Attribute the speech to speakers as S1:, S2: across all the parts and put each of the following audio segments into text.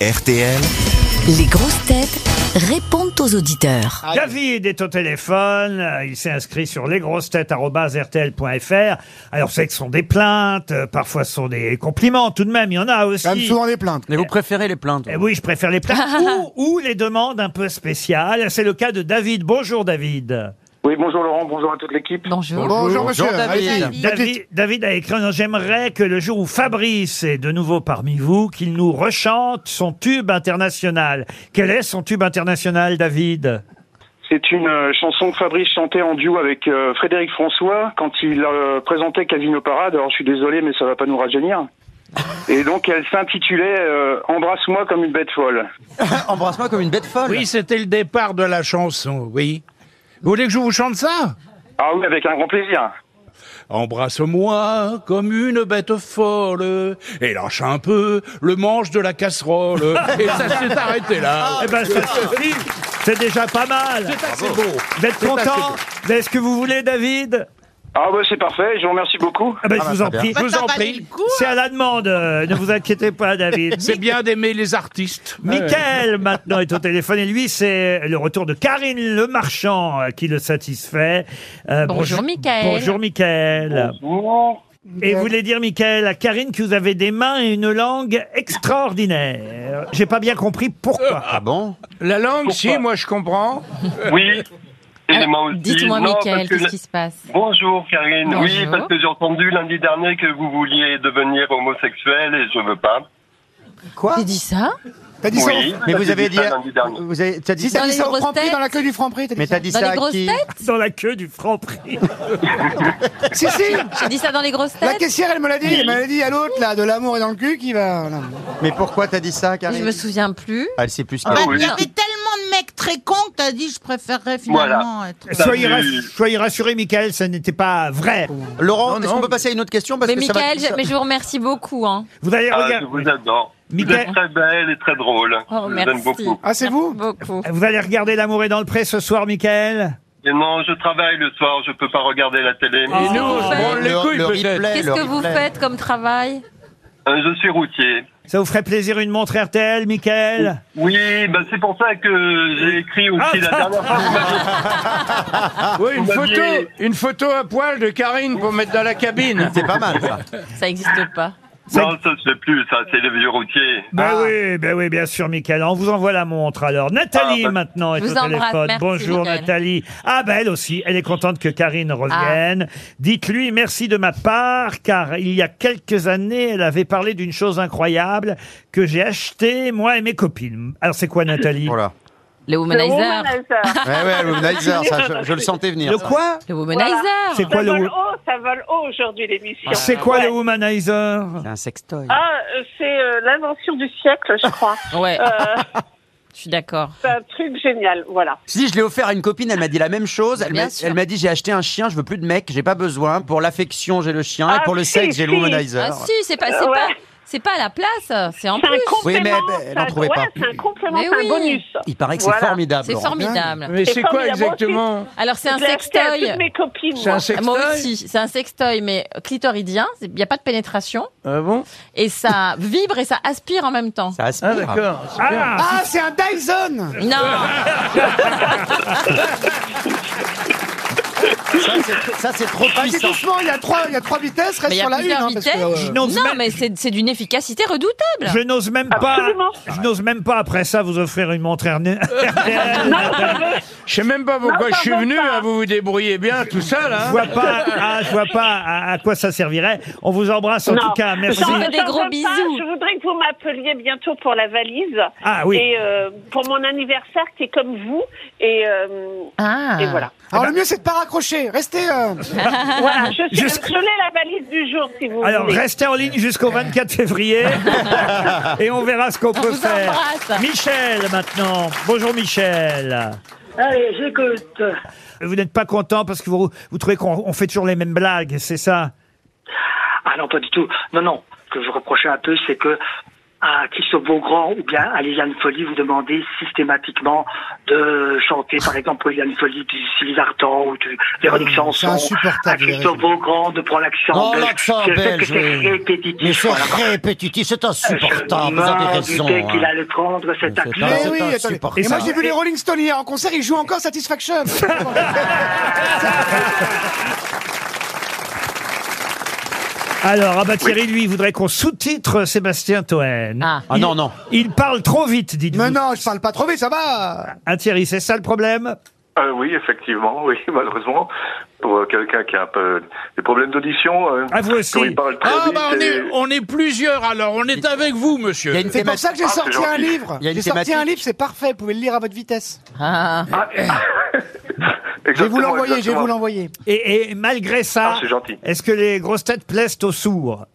S1: RTL.
S2: Les grosses têtes répondent aux auditeurs.
S3: David est au téléphone, euh, il s'est inscrit sur lesgrossetêtes.rtl.fr. Alors, c'est que ce sont des plaintes, euh, parfois ce sont des compliments, tout de même, il y en a aussi.
S4: Quand même souvent les plaintes.
S5: Mais vous préférez les plaintes
S3: Eh oui, je préfère les plaintes ou, ou les demandes un peu spéciales. C'est le cas de David. Bonjour David.
S6: Oui, bonjour Laurent, bonjour à toute l'équipe.
S4: Bonjour, monsieur.
S5: David.
S4: Allez-y. Dites-
S3: David, David a écrit « J'aimerais que le jour où Fabrice est de nouveau parmi vous, qu'il nous rechante son tube international. » Quel est son tube international, David
S6: C'est une euh, chanson que Fabrice chantait en duo avec euh, Frédéric François quand il euh, présentait Casino Parade. Alors je suis désolé, mais ça va pas nous rajeunir. Et donc elle s'intitulait euh, Embrasse-moi comme une bête folle.
S5: Embrasse-moi comme une bête folle.
S7: Oui, c'était le départ de la chanson, oui. Vous voulez que je vous chante ça
S6: Ah oui, avec un grand plaisir.
S7: Embrasse-moi comme une bête folle et lâche un peu le manche de la casserole. et ça s'est arrêté là.
S3: Eh ben, ça suffit. C'est déjà pas mal.
S7: Ah, C'est assez beau.
S3: Vous êtes
S7: C'est assez
S3: content
S7: beau.
S3: Vous avez ce que vous voulez, David
S6: Ah bah c'est parfait, je vous remercie beaucoup.
S3: ah ben, Je vous en prie.
S7: Je vous en prie.
S3: C'est à la demande. euh, Ne vous inquiétez pas, David.
S7: bah, C'est bien d'aimer les artistes.
S3: Michael, maintenant, est au téléphone. Et lui, c'est le retour de Karine Le Marchand euh, qui le satisfait. Euh,
S8: Bonjour, Michael.
S3: Bonjour, Michael.
S6: Bonjour.
S3: Et vous voulez dire, Michael, à Karine que vous avez des mains et une langue extraordinaire. J'ai pas bien compris pourquoi.
S5: Ah bon
S7: La langue, si, moi je comprends.
S9: Oui. Excusez-moi aussi.
S8: Dites-moi,
S9: Ah, Non, parce
S8: Michael,
S9: que-
S8: qu'est-ce qui se passe
S9: Bonjour Karine. Oui,
S8: Bonjour.
S9: parce que j'ai entendu lundi dernier que vous vouliez devenir homosexuel et je veux pas.
S4: Quoi
S8: J'ai dit ça
S4: T'as dit ça
S9: Oui.
S4: au-
S9: Ça,
S5: Mais vous
S9: j'ai
S5: avez
S9: dit
S5: dit.
S9: ça lundi dernier.
S5: Vous avez, t'as
S4: t'as
S5: dit ça
S8: Dans
S4: dit
S8: les
S4: ça au
S8: grosses
S4: Franprix
S8: têtes
S4: dans la queue du Franprix. t'as dit
S5: Mais
S4: ça
S5: t'as dit
S8: Dans
S5: ça
S8: les
S5: à
S8: grosses
S5: qui
S8: têtes
S3: Dans la queue du franc prix.
S4: Si si.
S8: J'ai dit ça dans les grosses
S4: La
S8: têtes
S4: caissière, elle me l'a dit. Elle m'a dit à l'autre là, de l'amour est dans le cul qui va. voilà.
S5: Mais pourquoi t'as dit ça,
S8: Je
S5: Karine
S8: me souviens plus.
S5: Elle sait plus
S9: Ah
S5: qu'elle.
S9: oui.
S10: Il y avait tellement de mecs très cons que t'as dit je préférerais finalement
S9: Bah
S10: être.
S3: Soyez,
S9: Salut.
S3: rass- soyez rassurés, Michael, ça n'était pas vrai.
S5: Laurent, est-ce
S7: non.
S5: qu'on peut passer à une autre question parce
S8: Mais
S5: que ça va-
S8: Michael,
S5: ça-
S8: je- mais je vous remercie beaucoup. Hein.
S3: Vous allez
S9: Ah,
S3: regarder.
S9: je vous adore. Vous
S3: Michael-
S9: êtes très belle et très drôle.
S8: Oh,
S9: je vous aime
S8: merci.
S9: beaucoup.
S4: Ah c'est
S7: Bah.
S4: vous
S8: Beaucoup.
S3: Vous allez regarder L'amour est dans le pré ce soir, Michael
S9: Et non, je travaille le soir, je peux pas regarder la télé.
S7: Et nous, on se branle les
S5: le,
S7: couilles
S5: le
S7: peut-être.
S5: replay.
S8: Qu'est-ce
S5: le
S8: que vous
S5: replay.
S8: faites comme travail
S9: Euh, Je suis routier.
S3: Ça vous ferait plaisir une montre RTL, Michael
S9: Oui, bah c'est pour ça que j'ai écrit aussi
S3: Ah,
S9: la dernière fois. vous m'aviez-
S7: Oui, une
S9: Vous
S7: photo,
S9: m'aviez-
S7: une photo à poil de Karine pour mettre dans la cabine.
S5: C'est pas mal ça.
S8: Ça n'existe pas.
S9: Non, ça se fait plus, ça, c'est les vieux routiers.
S3: Ben
S8: Ah.
S3: oui, ben oui, bien sûr, Michael. On vous envoie la montre alors. Nathalie
S9: Ah, bah-
S3: maintenant est
S8: Je vous
S3: au
S8: embrasse,
S3: téléphone.
S8: merci,
S3: Bonjour
S8: Michael.
S3: Nathalie. Ah ben elle aussi, elle est contente que Karine revienne.
S8: Ah.
S3: Dites-lui merci de ma part car il y a quelques années, elle avait parlé d'une chose incroyable que j'ai achetée moi et mes copines. Alors c'est quoi Nathalie
S5: Voilà.
S8: Le womanizer.
S5: Ouais, ouais, le womanizer, ça, je, je le sentais venir.
S3: Le quoi
S8: Le womanizer.
S3: C'est quoi le wo-
S11: haut, ça vole haut aujourd'hui l'émission.
S3: C'est quoi le womanizer
S5: C'est un sextoy.
S11: Ah, euh, c'est euh, l'invention du siècle, je crois.
S8: Ouais,
S11: Euh,
S8: je suis d'accord.
S11: c'est un truc génial, voilà.
S5: Si je l'ai offert à une copine, elle m'a dit la même chose. Elle
S8: Bien
S5: m'a-
S8: sûr.
S5: elle m'a dit j'ai acheté un chien, je veux plus de mec, j'ai pas besoin. Pour l'affection, j'ai le chien et
S11: Ah,
S5: pour le
S11: si,
S5: sexe, j'ai le
S11: si.
S5: womanizer.
S8: Ah si, c'est pas, c'est
S11: Euh, ouais.
S8: pas, c'est pas à la place, c'est en
S11: C'est un
S8: plus.
S11: complément.
S5: Oui, mais elle- elle
S11: c'est
S5: en
S11: un-
S5: trouvait
S11: ouais,
S5: pas.
S11: C'est un complément,
S8: Mais
S11: c'est
S8: oui.
S11: un bonus.
S5: Il paraît que c'est
S11: Voilà.
S5: formidable.
S8: C'est
S5: Laurent.
S8: formidable.
S7: Mais
S11: C'est
S7: c'est quoi
S11: formidable, moi aussi.
S7: exactement
S8: Alors c'est un
S11: Je l'ai acheté à
S8: sextoy. Ah,
S11: toutes mes copines.
S7: C'est un
S11: moi.
S8: Moi
S7: sextoy
S8: aussi, c'est un sextoy, mais clitoridien. Il n'y a pas de pénétration.
S7: Ah bon
S8: Et ça vibre et ça aspire en même temps.
S5: Ça aspire.
S7: Ah d'accord. c'est bien.
S3: Ah,
S4: Ah c'est un Dyson.
S8: Non,
S5: Ça, c'est- Ça, c'est trop
S4: Vas-y
S5: puissant.
S4: doucement, il y a trois, il y a trois vitesses. Reste
S8: mais il y
S4: sur
S8: a
S4: la une.
S8: plusieurs
S4: hein, parce
S8: vitesses.
S4: que, euh,
S3: n'ose
S8: non,
S3: même-
S8: mais c'est c'est d'une efficacité redoutable.
S3: Je n'ose même pas,
S11: Absolument.
S3: je n'ose même pas après ça vous offrir une montre Erne- RTL.
S7: Je sais même pas pourquoi
S11: Non,
S7: je suis
S11: pardon,
S7: venu,
S11: pas.
S7: hein, vous vous débrouillez bien, tout ça
S3: Je
S7: là.
S3: vois pas, ah, je vois pas à, à quoi ça servirait. On vous embrasse en
S11: Non.
S3: tout cas. Merci.
S11: J'en
S8: Vous faites des
S11: veux
S8: gros
S11: pas,
S8: bisous.
S11: je voudrais que vous m'appeliez bientôt pour la valise.
S3: Ah oui.
S11: Et euh, pour mon anniversaire qui est comme vous. Et, euh,
S8: Ah.
S11: et voilà.
S4: euh, Alors le mieux c'est de pas raccrocher. Restez. euh,
S11: voilà je, suis,
S3: Jusque-
S11: je l'ai la valise du jour si vous
S3: Alors
S11: voulez.
S3: restez en ligne jusqu'au 24 février et on verra ce qu'on peut
S8: vous
S3: faire.
S8: embrasse.
S3: Michel maintenant. Bonjour Michel.
S11: Allez, j'écoute.
S3: Vous n'êtes pas content parce que vous, vous trouvez qu'on on fait toujours les mêmes blagues, c'est ça
S11: Ah non, pas du tout. Non, non. Ce que je reprochais un peu, c'est que
S6: à Christophe Beaugrand ou bien à Liliane Folly, vous demandez systématiquement de chanter, par exemple, pour Liliane Folly, du Sylvie Vartan ou du Véronique Sanson. À Christophe Beaugrand de prendre l'accent
S5: Oh,
S6: belge.
S5: l'accent
S6: Je sais que
S5: belge,
S6: c'est
S5: oui.
S6: répétitif.
S5: Mais c'est
S6: voilà.
S5: répétitif, c'est insupportable,
S6: Je
S5: vous avez
S6: me
S5: raison.
S6: doutais qu'il
S5: hein.
S6: allait prendre cet appui.
S4: Mais oui, attendez. Et moi j'ai vu les Rolling Stones hier en concert, ils jouent encore Satisfaction.
S3: Alors, ah bah Thierry, lui, il voudrait qu'on sous-titre Sébastien Toen. Ah,
S8: Ah, non, non.
S3: Il parle trop vite, dites-vous. Mais
S4: non, je parle pas trop vite, ça va.
S3: Ah Thierry, c'est ça le problème
S9: Euh, oui, effectivement, oui, malheureusement. Pour euh, quelqu'un qui a un peu des problèmes d'audition. euh,
S7: Ah, vous aussi.
S9: Quand il parle très
S7: Ah
S9: vite.
S7: bah on
S9: et-
S7: est, on est plusieurs alors, on est avec vous monsieur.
S4: C'est pour ça que j'ai sorti un livre. J'ai sorti un livre, c'est parfait, vous pouvez le lire à votre vitesse. Je vais vous l'envoyer, je vais vous l'envoyer.
S3: Et, et malgré ça,
S4: Ah, c'est gentil.
S3: est-ce que les grosses têtes plaisent aux sourds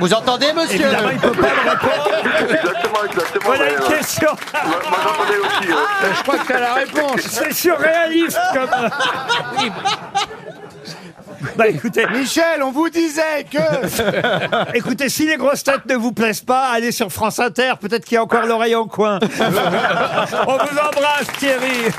S5: Vous entendez, monsieur
S3: Évidemment, il peut pas le
S9: Exactement, exactement.
S3: Voilà
S9: ouais,
S3: une
S9: ouais.
S3: question.
S9: Moi, moi, j'entendais aussi. euh,
S3: Je crois que t'as la réponse. C'est surréaliste comme. Bah écoutez.
S4: Michel, on vous disait que.
S3: écoutez, si les grosses têtes ne vous plaisent pas, allez sur France Inter, peut-être qu'il y a encore l'oreille en coin. On vous embrasse, Thierry.